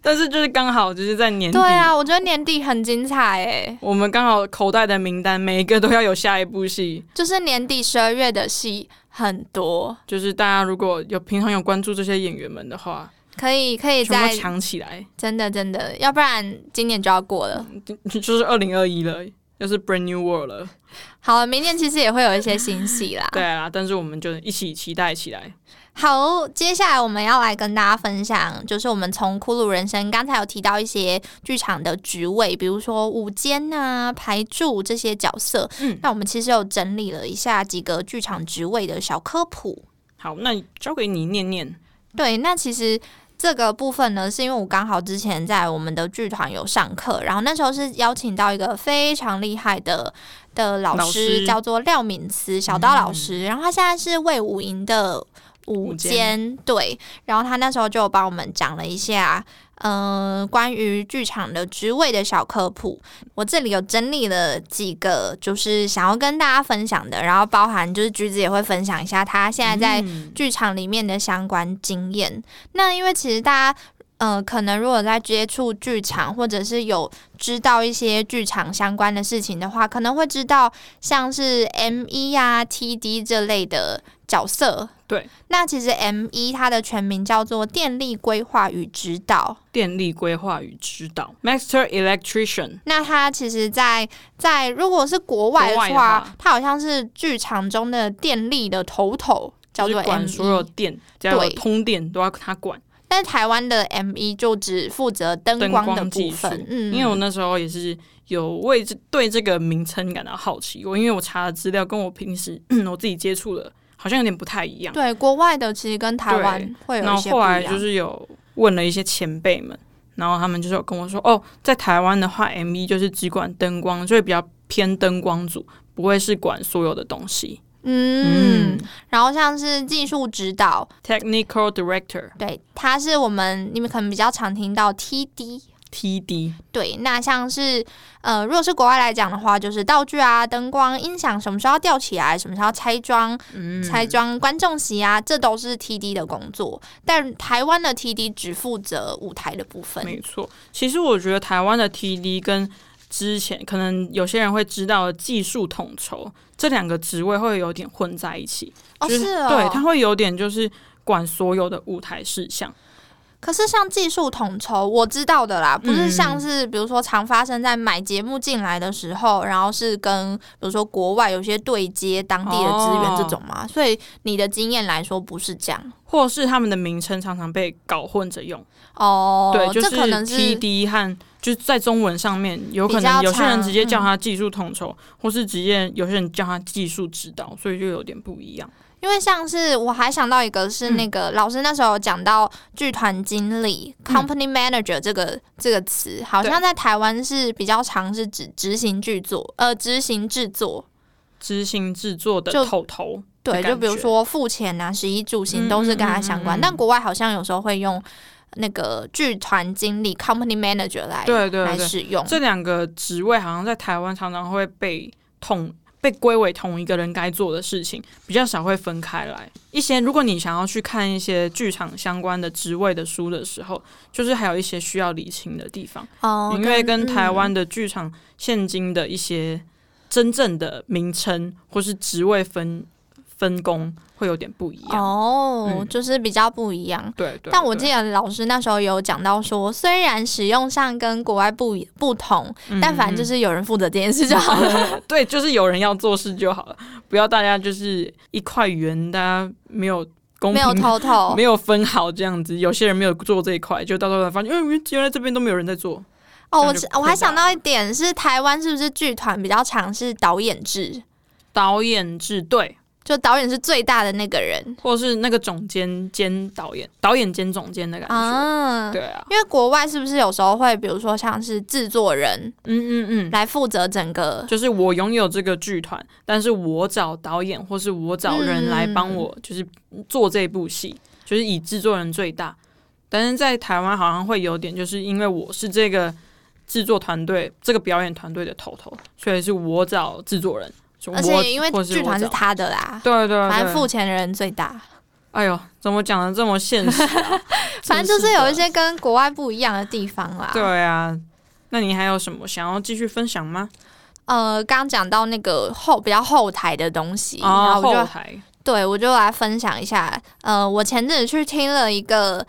Speaker 2: 但是就是刚好就是在年底，
Speaker 1: 对啊，我觉得年底很精彩欸诶，
Speaker 2: 我们刚好口袋的名单每一个都要有下一部戏，
Speaker 1: 就是年底十二月的戏很多，
Speaker 2: 就是大家如果有平常有关注这些演员们的话，
Speaker 1: 可以可以
Speaker 2: 全部
Speaker 1: 在
Speaker 2: 都抢起来，
Speaker 1: 真的真的，要不然今年就要过了。
Speaker 2: 就是二零二一了。又是 brand new world 了，
Speaker 1: 好，明年其实也会有一些新戏啦。
Speaker 2: 对啦，但是我们就一起期待起来。
Speaker 1: 好，接下来我们要来跟大家分享，就是我们从《骷髅人生》刚才有提到一些剧场的职位，比如说舞间呐、排柱这些角色。
Speaker 2: 嗯
Speaker 1: 那我们其实有整理了一下几个剧场职位的小科普。
Speaker 2: 好，那交给你念念。
Speaker 1: 对，那其实。这个部分呢，是因为我刚好之前在我们的剧团有上课，然后那时候是邀请到一个非常厉害的的老
Speaker 2: 老
Speaker 1: 师，
Speaker 2: 师嗯
Speaker 1: 叫做廖敏慈小刀老师，然后他现在是魏武营的舞
Speaker 2: 舞
Speaker 1: 间对，然后他那时候就有帮我们讲了一下，嗯，关于剧场的职位的小科普。我这里有整理了几个，就是想要跟大家分享的，然后包含就是橘子也会分享一下他现在在
Speaker 2: 嗯
Speaker 1: 剧场里面的相关经验。那因为其实大家。呃，可能如果在接触剧场，或者是有知道一些剧场相关的事情的话，可能会知道像是 M E 啊、T D 这类的角色。
Speaker 2: 对，
Speaker 1: 那其实 M 一它的全名叫做电力规划与指导。
Speaker 2: 电力规划与指导 （Master Electrician）。
Speaker 1: 那它其实在，在如果是国外的
Speaker 2: 国
Speaker 1: 话，
Speaker 2: 外的话
Speaker 1: 它好像是剧场中的电力的头头，叫
Speaker 2: 就是
Speaker 1: 做 M
Speaker 2: 管所有
Speaker 1: 一。
Speaker 2: 电，只要有
Speaker 1: 对
Speaker 2: 通电都要他管
Speaker 1: 但是台湾的 M 一就只负责灯
Speaker 2: 灯
Speaker 1: 光的
Speaker 2: 光
Speaker 1: 部
Speaker 2: 技术
Speaker 1: 分。。嗯，
Speaker 2: 因为我那时候也是有为这对这个名称感到好奇，我因为我查的资料跟我平时 我自己接触的好像有点不太一样。
Speaker 1: 对国外的其实跟台湾
Speaker 2: 对
Speaker 1: 会有
Speaker 2: 然
Speaker 1: 一
Speaker 2: 后
Speaker 1: 些不
Speaker 2: 后来
Speaker 1: 一
Speaker 2: 就
Speaker 1: 样。
Speaker 2: 是有问了一些前辈们，然后他们就是有跟我说，哦，在台湾的话，M 一就是只管灯光，就会比较偏灯光组，不会是管所有的东西。
Speaker 1: 嗯，然后像是技术指导，
Speaker 2: ，Technical Director
Speaker 1: 对，它是我们你们可能比较常听到 TD。
Speaker 2: TD
Speaker 1: 对，那像是呃，如果是国外来讲的话，就是道具啊、灯光、音响什么时候要吊起来，什么时候要拆装、
Speaker 2: 嗯
Speaker 1: 拆装观众席啊，这都是 TD 的工作。但台湾的 TD 只负责舞台的部分。
Speaker 2: 没错，其实我觉得台湾的 TD 跟之前可能有些人会知道的技术统筹这两个职位会有点混在一起，
Speaker 1: 哦，
Speaker 2: 就是
Speaker 1: 哦，
Speaker 2: 对，它会有点就是管所有的舞台事项，
Speaker 1: 可是像技术统筹，我知道的啦，不是
Speaker 2: 嗯
Speaker 1: 像是比如说常发生在买节目进来的时候，然后是跟比如说国外有些对接当地的资源
Speaker 2: 哦
Speaker 1: 这种嘛，所以你的经验来说不是这样
Speaker 2: 或是他们的名称常常被搞混着用，
Speaker 1: 哦。
Speaker 2: 对，就是
Speaker 1: 这可能是
Speaker 2: TD 和就是在中文上面有可
Speaker 1: 比较嗯
Speaker 2: 能有些人
Speaker 1: 常
Speaker 2: 直接叫他技术统筹，或是直接有些人叫他技术指导，所以就有点不一样。
Speaker 1: 因为像是我还想到一个
Speaker 2: 嗯
Speaker 1: 是那个、老师那时候有讲到剧团经理、（company
Speaker 2: 嗯
Speaker 1: manager） 这个这个词，好像在台湾是比较常是指执行剧作，呃，执行制作。
Speaker 2: 执行制作的
Speaker 1: 就
Speaker 2: 头头，
Speaker 1: 对，
Speaker 2: 的
Speaker 1: 就
Speaker 2: 感
Speaker 1: 比如
Speaker 2: 觉
Speaker 1: 说付钱啊、食衣住行
Speaker 2: 嗯
Speaker 1: 都是
Speaker 2: 嗯
Speaker 1: 跟它
Speaker 2: 嗯
Speaker 1: 相
Speaker 2: 嗯
Speaker 1: 关，
Speaker 2: 嗯
Speaker 1: 但国外好像有时候会用那个剧团经理 （company manager） 来
Speaker 2: 对对
Speaker 1: 来
Speaker 2: 对，
Speaker 1: 使用。
Speaker 2: 这两个职位好像在台湾常常会被统被归为同一个人该做的事情，比较少会分开来。一些如果你想要去看一些剧场相关的职位的书的时候，就是还有一些需要理清的地方，
Speaker 1: 哦，
Speaker 2: 因为跟台湾
Speaker 1: 嗯
Speaker 2: 的剧场现今的一些真正的名称或是职位分分工会有点不一样。
Speaker 1: 哦，
Speaker 2: 嗯
Speaker 1: 就是比较不一样。
Speaker 2: 对对，
Speaker 1: 但我
Speaker 2: 对
Speaker 1: 记得老师那时候有讲到说，虽然使用上跟国外不一不同，
Speaker 2: 嗯
Speaker 1: 但反正 就是有人负责这件事就好了。
Speaker 2: 对，就是有人要做事就好了，不要大家就是一块圆，大家没有公
Speaker 1: 没有
Speaker 2: 平，
Speaker 1: 偷偷
Speaker 2: 没有分好这样子。有些人没有做这一块，就到时候才发现，嗯，原来这边都没有人在做。
Speaker 1: 哦，我
Speaker 2: 这样就
Speaker 1: 知
Speaker 2: 扩
Speaker 1: 我还
Speaker 2: 大
Speaker 1: 想到一点是，台湾是不是剧团比较常是导演制？
Speaker 2: 导演制对，
Speaker 1: 就导演是最大的那个人
Speaker 2: 或是那个总监兼导演，导演兼总监的感觉。
Speaker 1: 啊，
Speaker 2: 对啊，
Speaker 1: 因为国外是不是有时候会，比如说像是制作人
Speaker 2: 嗯嗯嗯，
Speaker 1: 来负责整个，
Speaker 2: 就是我拥有这个剧团，但是我找导演或是我找人来帮我，
Speaker 1: 嗯
Speaker 2: 就是做这部戏，就是以制作人最大。但是在台湾好像会有点，就是因为我是这个制作团队、这个表演团队的头头，所以是我找制作人，是我
Speaker 1: 而且因为
Speaker 2: 或是
Speaker 1: 剧团
Speaker 2: 我
Speaker 1: 是
Speaker 2: 找
Speaker 1: 他的啦，
Speaker 2: 对对对，啊
Speaker 1: 反正付钱的人最大，
Speaker 2: 哎呦，怎么讲的这么 现实、啊？
Speaker 1: 反正就是有一
Speaker 2: 真
Speaker 1: 些跟国外不一样的地方啦。
Speaker 2: 的对啊。那你还有什么想要继续分享吗？
Speaker 1: 呃，刚讲到那个后比较后台的东西，然
Speaker 2: 啊，
Speaker 1: 后我
Speaker 2: 后
Speaker 1: 就
Speaker 2: 台
Speaker 1: 对我就来分享一下。呃，我前阵子去听了一个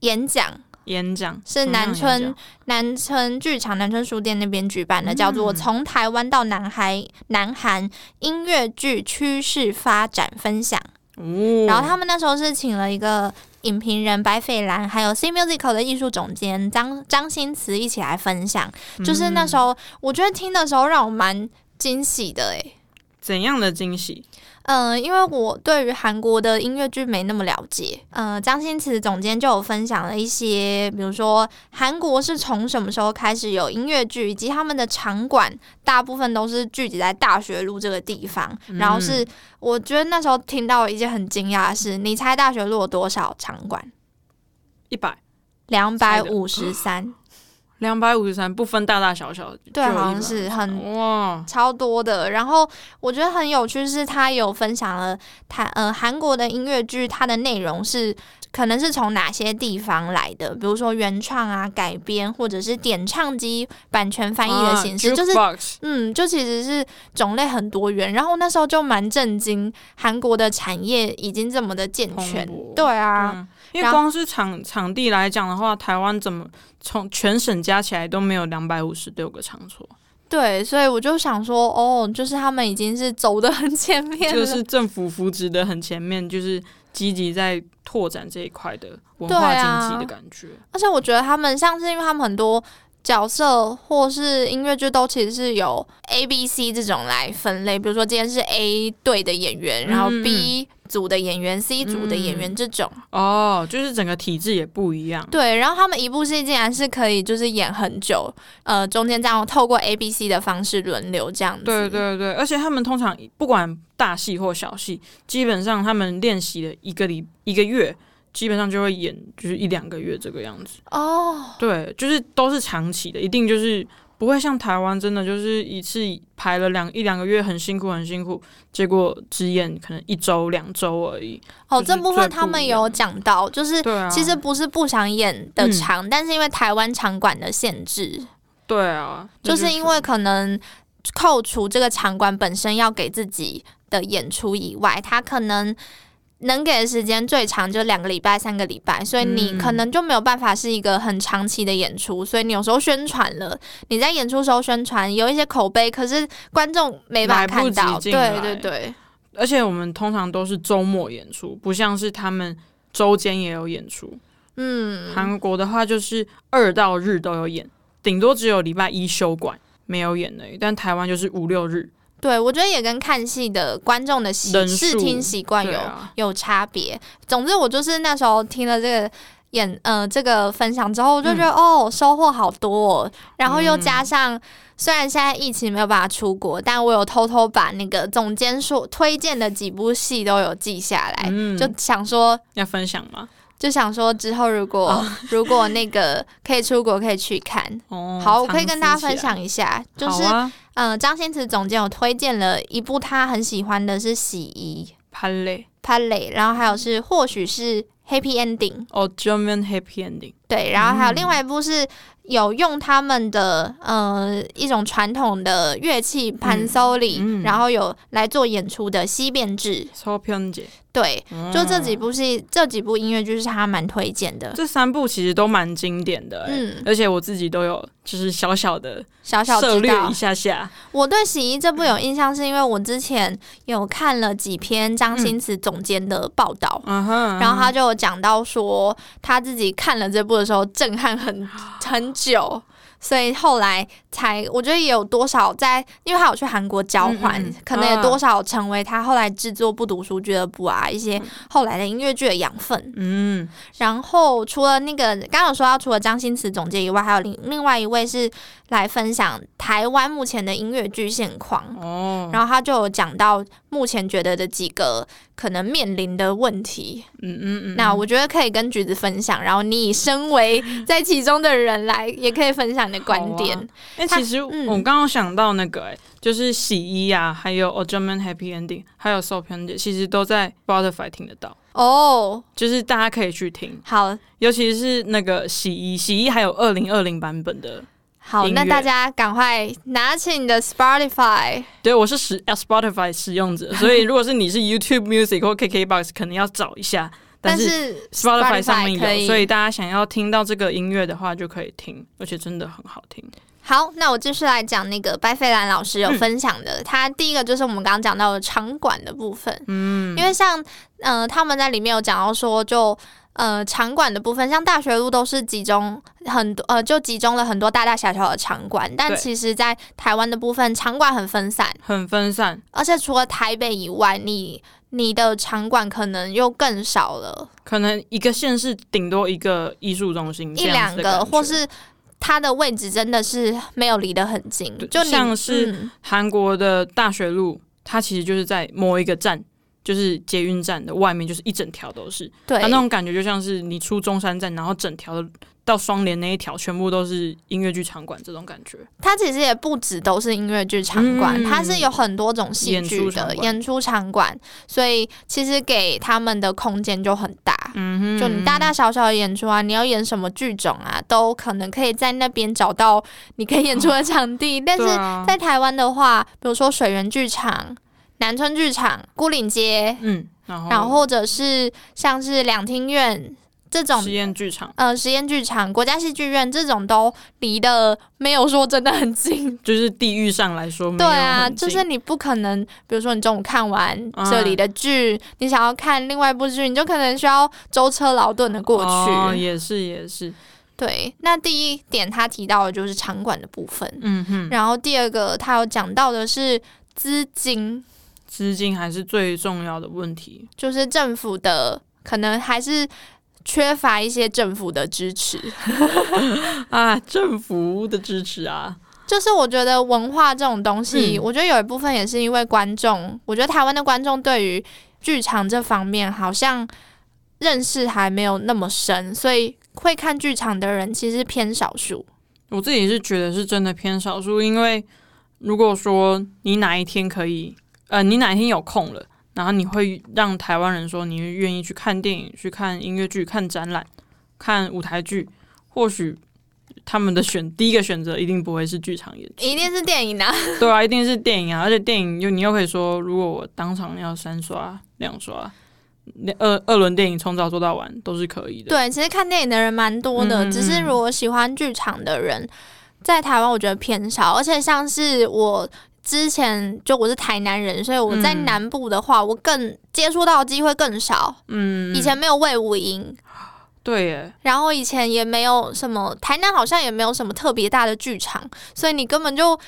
Speaker 1: 演讲，
Speaker 2: 演讲
Speaker 1: 是南
Speaker 2: 什么样的
Speaker 1: 村
Speaker 2: 演讲
Speaker 1: 南村剧场、南村书店那边举办的，叫做《从台湾到南海南韩音乐剧趋势发展分享》。
Speaker 2: 哦，
Speaker 1: 然后他们那时候是请了一个影评人白斐兰，还有 C Musical 的艺术总监张张新慈一起来分享。就是那时候，我觉得听的时候让我蛮惊喜的欸诶、
Speaker 2: 怎样的惊喜？
Speaker 1: 嗯，因为我对于韩国的音乐剧没那么了解。嗯，张新慈总监就有分享了一些，比如说韩国是从什么时候开始有音乐剧，以及他们的场馆大部分都是聚集在大学路这个地方。然后是，我觉得那时候听到一件很惊讶的事，你猜大学路有多少场馆？
Speaker 2: 一百
Speaker 1: 两百五十三。
Speaker 2: 两百五十三不分大大小小，
Speaker 1: 对，啊
Speaker 2: 就有
Speaker 1: 好像
Speaker 2: 100
Speaker 1: 是很
Speaker 2: 哇，
Speaker 1: 超多的。然后我觉得很有趣是，他有分享了台呃韩国的音乐剧，它的内容是可能是从哪些地方来的，比如说原创啊、改编，或者是点唱机版权翻译的形式，
Speaker 2: 啊
Speaker 1: 就是。
Speaker 2: jukebox
Speaker 1: 嗯，就其实是种类很多元，然后那时候就蛮震惊，韩国的产业已经这么的健全
Speaker 2: 蓬勃，
Speaker 1: 对啊，
Speaker 2: 嗯，因为
Speaker 1: 然后
Speaker 2: 光是场场地来讲的话，台湾怎么从全省加起来都没有两百五十六个场 所，
Speaker 1: 对，所以我就想说，哦，就是他们已经是走的很前面了，
Speaker 2: 就是政府扶植的很前面，就是积极在拓展这一块的文
Speaker 1: 对
Speaker 2: 化
Speaker 1: 啊
Speaker 2: 经济的感觉。
Speaker 1: 而且我觉得他们像是因为他们很多角色或是音乐剧都其实是有 A、B、C 这种来分类，比如说今天是 A 队的演员，然后
Speaker 2: 嗯
Speaker 1: B 组的演员、C 组的演员这种。
Speaker 2: 哦，就是整个体制也不一样。
Speaker 1: 对，然后他们一部戏竟然是可以就是演很久，呃，中间这样透过 A、B、C 的方式轮流这样子。
Speaker 2: 对对对，而且他们通常不管大戏或小戏，基本上他们练习的一个礼一个月，基本上就会演就是一两个月这个样子。
Speaker 1: 哦，
Speaker 2: 对，就是都是长期的，一定就是不会像台湾真的就是一次排了两一两个月，很辛苦很辛苦，结果只演可能一周两周而已。
Speaker 1: 哦，
Speaker 2: 就是
Speaker 1: 这部分
Speaker 2: 最不
Speaker 1: 他们
Speaker 2: 一样
Speaker 1: 有讲到，就是
Speaker 2: 对啊，
Speaker 1: 其实不是不想演的
Speaker 2: 嗯
Speaker 1: 长，但是因为台湾场馆的限制，
Speaker 2: 对啊，那
Speaker 1: 就是因为可能扣除这个场馆本身要给自己的演出以外，他可能能给的时间最长就两个礼拜、三个礼拜，所以你
Speaker 2: 嗯
Speaker 1: 可能就没有办法是一个很长期的演出。所以你有时候宣传了，你在演出时候宣传有一些口碑，可是观众没办法
Speaker 2: 来不
Speaker 1: 看
Speaker 2: 及
Speaker 1: 到。
Speaker 2: 进
Speaker 1: 对
Speaker 2: 来
Speaker 1: 对对，
Speaker 2: 而且我们通常都是周末演出，不像是他们周间也有演出。
Speaker 1: 嗯，
Speaker 2: 韩国的话就是二到日都有演，顶多只有礼拜一休馆没有演而已。但台湾就是五六日，
Speaker 1: 对我觉得也跟看戏的观众的习
Speaker 2: 人数
Speaker 1: 视听习惯
Speaker 2: 对
Speaker 1: 有
Speaker 2: 啊，
Speaker 1: 有差别。总之，我就是那时候听了这个演呃这个分享之后，我就觉得、
Speaker 2: 嗯
Speaker 1: 哦，收获好多、哦。然后又加上、虽然现在疫情没有办法出国，但我有偷偷把那个总监所推荐的几部戏都有记下来，
Speaker 2: 嗯，
Speaker 1: 哎就想说。
Speaker 2: 要分享吗？
Speaker 1: 就想说之后如果、如果那个可以出国可以去看，
Speaker 2: 哦，
Speaker 1: 好，我可以
Speaker 2: 藏
Speaker 1: 跟大家
Speaker 2: 私起
Speaker 1: 分
Speaker 2: 来，
Speaker 1: 享一下，就
Speaker 2: 好
Speaker 1: 是、
Speaker 2: 啊
Speaker 1: 呃张新慈总监有推荐了一部他很喜欢的是《洗衣》，
Speaker 2: 潘磊
Speaker 1: Palette，然后还
Speaker 2: 嗯
Speaker 1: 有是或许是 Happy Ending，
Speaker 2: 哦，German Happy Ending，
Speaker 1: 对，然后还有
Speaker 2: 嗯
Speaker 1: 另外一部是有用他们的呃一种传统的乐器盘搜里，
Speaker 2: 嗯
Speaker 1: 然后有来做演出的西变制，
Speaker 2: 超偏姐，
Speaker 1: 对，
Speaker 2: 嗯
Speaker 1: 就这几
Speaker 2: 部，
Speaker 1: 部戏、这几部音乐剧是他蛮推荐的，
Speaker 2: 这三部其实都蛮经典的、欸，
Speaker 1: 嗯，
Speaker 2: 而且我自己都有就是小小的
Speaker 1: 小小
Speaker 2: 涉
Speaker 1: 知
Speaker 2: 略
Speaker 1: 道
Speaker 2: 一。下嗯下，
Speaker 1: 我对《洗衣》这部有印象，是因为我之前有看了几篇张新慈总监的报道，
Speaker 2: 嗯哼，
Speaker 1: 然后他就有讲到说，他自己看了这部的时候震撼很很久，所以后来才我觉得也有多少在，因为他有去韩国交换，
Speaker 2: 嗯嗯嗯
Speaker 1: 可能也
Speaker 2: 啊
Speaker 1: 多少成为他后来制作不读书俱乐部啊一些后来的音乐剧的养分。
Speaker 2: 嗯，
Speaker 1: 然后除了那个刚刚有说到，除了张新慈总监以外，还有另另外一位是来分享台湾目前的音乐剧现况。
Speaker 2: 哦，
Speaker 1: 然后他就有讲到目前觉得的几个可能面临的问题，
Speaker 2: 嗯嗯嗯，
Speaker 1: 那我觉得可以跟橘子分享，然后你以身为在其中的人来，也可以分享你的观点。
Speaker 2: 好啊哎、
Speaker 1: 他
Speaker 2: 其实我
Speaker 1: 嗯
Speaker 2: 刚刚想到那个、哎，就是洗衣啊，还有 o German Happy Ending，还有 So p a n 姐，其实都在 Spotify 听得到，
Speaker 1: 哦，
Speaker 2: 就是大家可以去听，
Speaker 1: 好
Speaker 2: 尤其是那个洗衣，洗衣还有二零二零版本的，
Speaker 1: 好，
Speaker 2: 音
Speaker 1: 那
Speaker 2: 乐
Speaker 1: 大家赶快拿起你的 Spotify，
Speaker 2: 对我是使呃 Spotify 使用者，所以如果是你是 YouTube Music 或 KKBox，可能要找一下，
Speaker 1: 但
Speaker 2: 但是。
Speaker 1: 是
Speaker 2: Spotify 上面
Speaker 1: 可
Speaker 2: 有，
Speaker 1: 以。
Speaker 2: 所以大家想要听到这个音乐的话，就可以听，而且真的很好听。
Speaker 1: 好，那我继续来讲那个白费兰老师有
Speaker 2: 嗯
Speaker 1: 分享的，他第一个就是我们刚刚讲到的场馆的部分，嗯，因为像呃他们在里面有讲到说就。呃，场馆的部分，像大学路都是集中很多，呃，就集中了很多大大小小的场馆。但
Speaker 2: 对
Speaker 1: 其实，在台湾的部分，场馆很分散，
Speaker 2: 很分散，
Speaker 1: 而且除了台北以外，你你的场馆可能又更少了，
Speaker 2: 可能一个县市顶多一个艺术中心，
Speaker 1: 一
Speaker 2: 这样
Speaker 1: 两
Speaker 2: 子的感
Speaker 1: 个，
Speaker 2: 觉
Speaker 1: 或是它的位置真的是没有离得很近
Speaker 2: 对，
Speaker 1: 就你
Speaker 2: 像是
Speaker 1: 嗯
Speaker 2: 韩国的大学路，它其实就是在某一个站，就是捷运站的外面，就是一整条都是。
Speaker 1: 对
Speaker 2: 它那种感觉就像是你出中山站，然后整条的到双联那一条，全部都是音乐剧场馆这种感觉。
Speaker 1: 它其实也不止都是音乐剧场馆，
Speaker 2: 嗯
Speaker 1: 它是有很多种戏剧
Speaker 2: 演出场
Speaker 1: 的
Speaker 2: 馆
Speaker 1: 演出场馆，所以其实给他们的空间就很大。
Speaker 2: 嗯
Speaker 1: 就你大大小小的演出啊，你要演什么剧种啊，都可能可以在那边找到你可以演出的场 地。但是
Speaker 2: 对啊
Speaker 1: 在台湾的话，比如说水源剧场、南村剧场、孤岭街，
Speaker 2: 嗯，然后
Speaker 1: 然后或者是像是两厅院这种
Speaker 2: 实验剧场
Speaker 1: 呃实验剧场、国家戏剧院这种都离的没有说真的很近。
Speaker 2: 就是地域上来说没
Speaker 1: 对
Speaker 2: 有
Speaker 1: 啊，
Speaker 2: 很近，
Speaker 1: 就是你不可能，比如说你中午看完
Speaker 2: 嗯
Speaker 1: 这里的剧，你想要看另外一部剧，你就可能需要舟车劳顿的过去。
Speaker 2: 哦也是也是，
Speaker 1: 对，那第一点他提到的就是场馆的部分，
Speaker 2: 嗯哼，
Speaker 1: 然后第二个他有讲到的是资金，
Speaker 2: 资金还是最重要的问题。
Speaker 1: 就是政府的可能还是缺乏一些政府的支持，
Speaker 2: 啊，政府的支持啊，
Speaker 1: 就是我觉得文化这种东西，
Speaker 2: 嗯
Speaker 1: 我觉得有一部分也是因为观众，我觉得台湾的观众对于剧场这方面好像认识还没有那么深，所以会看剧场的人其实偏少数。
Speaker 2: 我自己是觉得是真的偏少数，因为如果说你哪一天可以，呃，你哪一天有空了，然后你会让台湾人说你愿意去看电影、去看音乐剧、看展览、看舞台剧，或许他们的选第一个选择一定不会是剧场演出，
Speaker 1: 一定是电影啊！
Speaker 2: 对啊，一定是电影啊，而且电影又你又可以说，如果我当场要三刷、两刷。两二二轮电影从早做到晚都是可以的，
Speaker 1: 对，其实看电影的人蛮多的，
Speaker 2: 嗯嗯
Speaker 1: 只是如果喜欢剧场的人，在台湾我觉得偏少，而且像是我。之前就我是台南人，所以我在
Speaker 2: 嗯
Speaker 1: 南部的话，我更接触到的机会更少。
Speaker 2: 嗯，
Speaker 1: 以前没有魏武营，
Speaker 2: 对耶，
Speaker 1: 然后以前也没有什么，台南好像也没有什么特别大的剧场，所以你根本就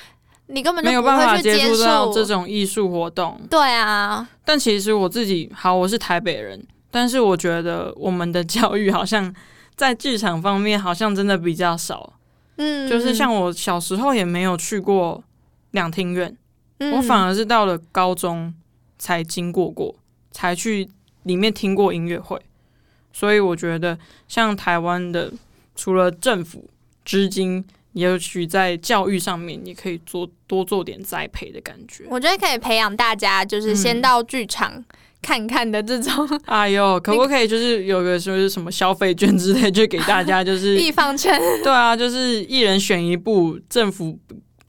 Speaker 1: 你根本
Speaker 2: 没
Speaker 1: 就
Speaker 2: 有
Speaker 1: 不
Speaker 2: 办法
Speaker 1: 会去
Speaker 2: 接
Speaker 1: 接
Speaker 2: 触到这
Speaker 1: 触。
Speaker 2: 种艺术活动。
Speaker 1: 对啊，
Speaker 2: 但其实我自己，好，我是台北人，但是我觉得我们的教育好像在剧场方面好像真的比较少。
Speaker 1: 嗯，
Speaker 2: 就是像我小时候也没有去过两厅院，
Speaker 1: 嗯
Speaker 2: 我反而是到了高中才经过过，才去里面听过音乐会。所以我觉得，像台湾的，除了政府资金，也许在教育上面也可以做多做点栽培的感觉。
Speaker 1: 我觉得可以培养大家，
Speaker 2: 嗯
Speaker 1: 就是先到剧场看看的这种
Speaker 2: 哎呦，可不可以就是有个就是什么消费券之类，就给 大家就是
Speaker 1: 地方圈
Speaker 2: 对啊，就是一人选一部，政府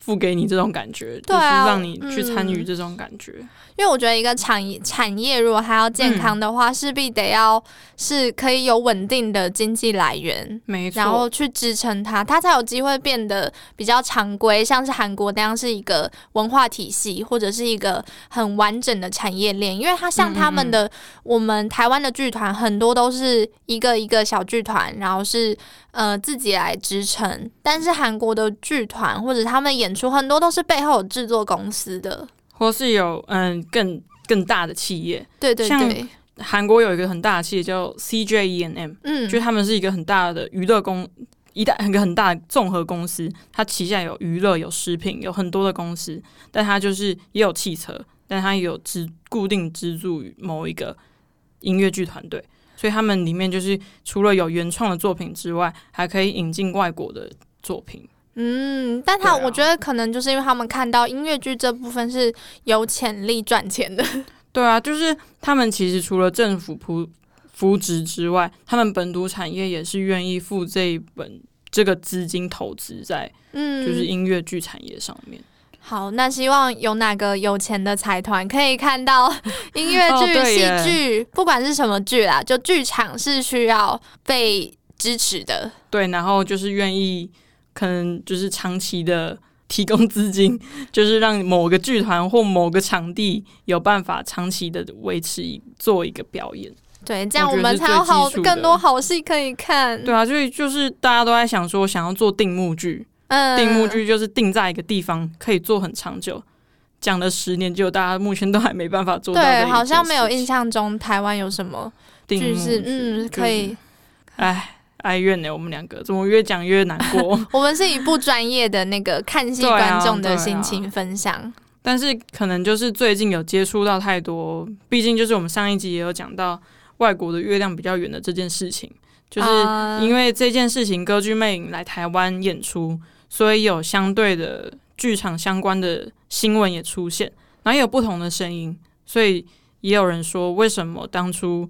Speaker 2: 付给你这种感觉，
Speaker 1: 对啊
Speaker 2: 就是让你去参与
Speaker 1: 嗯
Speaker 2: 这种感觉。
Speaker 1: 因为我觉得一个产业产业如果它要健康
Speaker 2: 嗯
Speaker 1: 的话，势、必得要是可以有稳定的经济来源，
Speaker 2: 没
Speaker 1: 然
Speaker 2: 错
Speaker 1: 后，去支撑它，它才有机会变得比较常规，像是韩国那样是一个文化体系或者是一个很完整的产业链。因为它
Speaker 2: 嗯
Speaker 1: 像他们的，我们台湾的剧团很多都是一个一个小剧团，然后是呃自己来支撑，但是韩国的剧团或者他们演出很多都是背后有制作公司的。
Speaker 2: 或是有嗯更更大的企业，
Speaker 1: 对对
Speaker 2: 像
Speaker 1: 对，
Speaker 2: 韩国有一个很大的企业叫 E CJENM，
Speaker 1: 嗯，
Speaker 2: 就他们是一个很大的娱乐公。一大一个很大的综合公司，它旗下有娱乐、有食品、有很多的公司，但它就是也有汽车，但它也有资固定资助于某一个音乐剧团队，所以他们里面就是除了有原创的作品之外，还可以引进外国的作品。
Speaker 1: 嗯，但他
Speaker 2: 对啊
Speaker 1: 我觉得可能就是因为他们看到音乐剧这部分是有潜力赚钱的，
Speaker 2: 对啊，就是他们其实除了政府扶扶植之外，他们本土产业也是愿意付这一本这个资金投资在就
Speaker 1: 嗯，
Speaker 2: 是音乐剧产业上面。
Speaker 1: 好。那希望有哪个有钱的财团可以看 到音乐
Speaker 2: 哦
Speaker 1: 剧、
Speaker 2: 对
Speaker 1: 戏、
Speaker 2: 耶
Speaker 1: 剧，不管是什么剧啦，就剧场是需要被支持的。
Speaker 2: 对，然后就是愿意，可能就是长期的提供资金，就是让某个剧团或某个场地有办法长期的维持一做一个表演。
Speaker 1: 对，这样
Speaker 2: 我
Speaker 1: 我
Speaker 2: 觉得
Speaker 1: 们
Speaker 2: 是
Speaker 1: 才
Speaker 2: 最
Speaker 1: 有
Speaker 2: 基
Speaker 1: 好
Speaker 2: 础
Speaker 1: 更
Speaker 2: 的
Speaker 1: 多好戏可以看。
Speaker 2: 对啊，所以就是大家都在想说，想要做定幕剧，
Speaker 1: 嗯，
Speaker 2: 定幕剧就是定在一个地方可以做很长久。讲了十年，就大家目前都还没办法做到的一件
Speaker 1: 对，
Speaker 2: 事情。
Speaker 1: 好像没有印象中台湾有什么
Speaker 2: 定
Speaker 1: 剧
Speaker 2: 幕
Speaker 1: 是
Speaker 2: 剧
Speaker 1: 嗯
Speaker 2: 就是
Speaker 1: 可以。
Speaker 2: 唉，哀怨呢、我们两个怎么越讲越难过？
Speaker 1: 我们是以不专业的那个看戏
Speaker 2: 对啊
Speaker 1: 观众的
Speaker 2: 对啊
Speaker 1: 心情分享。
Speaker 2: 但是可能就是最近有接触到太多，毕竟就是我们上一集也有讲到外国的月亮比较圆的这件事情，啊就是
Speaker 1: 啊
Speaker 2: 因为这件事情，歌剧魅影来台湾演出，所以有相对的剧场相关的新闻也出现，然后也有不同的声音，所以也有人说，为什么当初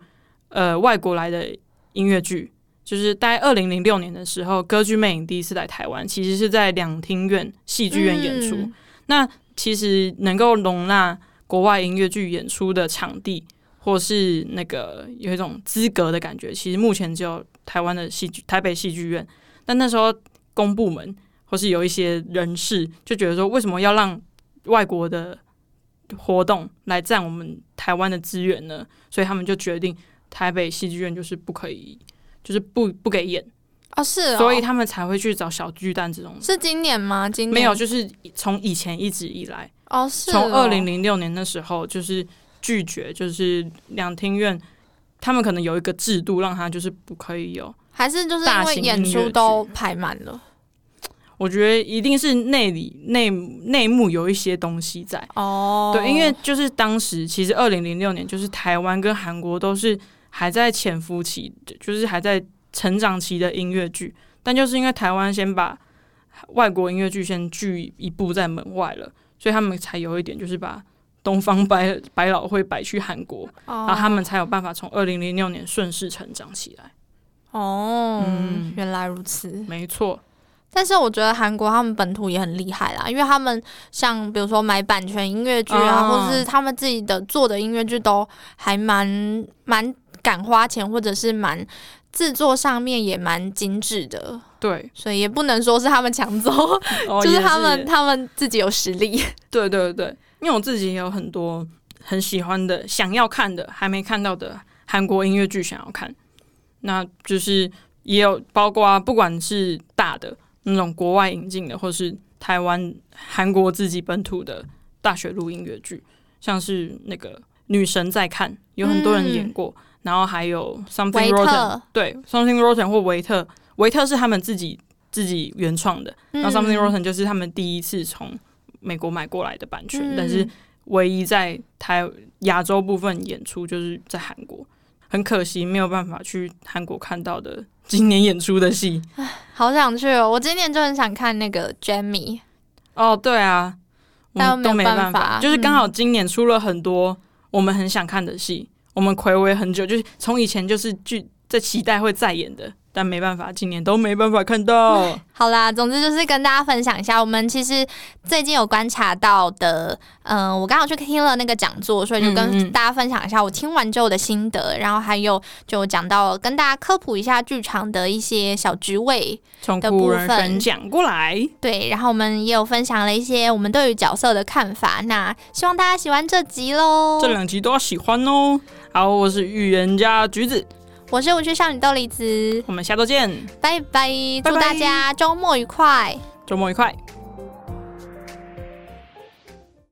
Speaker 2: 呃外国来的音乐剧，就是在二零零六年的时候，歌剧魅影第一次来台湾，其实是在两厅院戏剧院演出。
Speaker 1: 嗯
Speaker 2: 那其实能够容纳国外音乐剧演出的场地，或是那个有一种资格的感觉，其实目前只有台湾的戏剧台北戏剧院。但那时候公部门或是有一些人士就觉得说，为什么要让外国的活动来占我们台湾的资源呢？所以他们就决定台北戏剧院就是不可以，就是不不给演，
Speaker 1: 哦，是哦，
Speaker 2: 所以他们才会去找小巨蛋这种。
Speaker 1: 是今年吗？今年
Speaker 2: 没有，就是从以前一直以来，
Speaker 1: 哦，嗯是
Speaker 2: 从
Speaker 1: 哦
Speaker 2: 二零零六年的时候，就是拒绝，就是两厅院，他们可能有一个制度，让他就是不可以有。
Speaker 1: 还是就是因
Speaker 2: 大
Speaker 1: 为
Speaker 2: 型
Speaker 1: 演
Speaker 2: 音乐
Speaker 1: 出
Speaker 2: 剧
Speaker 1: 都排满了
Speaker 2: 我觉得一定是内里内内幕有一些东西在，
Speaker 1: 哦，
Speaker 2: 对，因为就是当时其实二零零六年，就是台湾跟韩国都是还在潜伏期，就是还在成长期的音乐剧，但就是因为台湾先把外国音乐剧先拒一步在门外了，所以他们才有一点就是把东方百百老汇摆去韩国，
Speaker 1: 哦
Speaker 2: 然啊后他们才有办法从二零零六年顺势成长起来。
Speaker 1: 哦，
Speaker 2: 嗯
Speaker 1: 原来如此。
Speaker 2: 没错，
Speaker 1: 但是我觉得韩国他们本土也很厉害啦，因为他们像比如说买版权音乐剧啊，
Speaker 2: 哦
Speaker 1: 或者是他们自己的做的音乐剧都还蛮蛮敢花钱，或者是蛮制作上面也蛮精致的，
Speaker 2: 对，
Speaker 1: 所以也不能说是他们抢走，
Speaker 2: 哦
Speaker 1: 就
Speaker 2: 也
Speaker 1: 是
Speaker 2: 是
Speaker 1: 他们他们自己有实力。
Speaker 2: 对对对，因为我自己也有很多很喜欢的、想要看的、还没看到的韩国音乐剧想要看，那就是也有包括不管是大的那种国外引进的，或是台湾、韩国自己本土的大学录音乐剧，像是那个《女神在看》，有很多人演过，然后还有《Something
Speaker 1: 嗯维
Speaker 2: Rotten》，啊
Speaker 1: 特，
Speaker 2: 对，《Something Rotten》或《维特》，维特是他们自己自己原创的，
Speaker 1: 嗯
Speaker 2: 那 Something Rotten 就是他们第一次从美国买过来的版权，
Speaker 1: 嗯
Speaker 2: 但是唯一在台亚洲部分演出就是在韩国，很可惜没有办法去韩国看到的今年演出的戏。
Speaker 1: 好想去哦！我今年就很想看那个 Jamie，
Speaker 2: 哦，对啊，我
Speaker 1: 但
Speaker 2: 们都
Speaker 1: 没
Speaker 2: 没
Speaker 1: 有办
Speaker 2: 办
Speaker 1: 法嗯
Speaker 2: 就是刚好今年出了很多我们很想看的戏，我们暌违很久，就是从以前就是剧在期待会再演的，但没办法，今年都没办法 看到。
Speaker 1: 好啦，总之就是跟大家分享一下，我们其实最近有观察到的，嗯、我刚好去听了那个讲座，所以就
Speaker 2: 嗯
Speaker 1: 跟
Speaker 2: 嗯
Speaker 1: 大家分享一下我听完之后的心得，然后还有就讲到跟大家科普一下剧场的一些小职位，
Speaker 2: 从
Speaker 1: 的
Speaker 2: 古
Speaker 1: 部
Speaker 2: 人
Speaker 1: 分
Speaker 2: 分讲过来，
Speaker 1: 对，然后我们也有分享了一些我们对于角色的看法，那希望大家喜欢这集喽
Speaker 2: 这。两集都要喜欢哦。好，我是预言家橘子，
Speaker 1: 我是无趣少女豆梨子，
Speaker 2: 我们下周见，
Speaker 1: 拜拜，祝
Speaker 2: 拜拜
Speaker 1: 大家周末愉快。
Speaker 2: 周末愉快。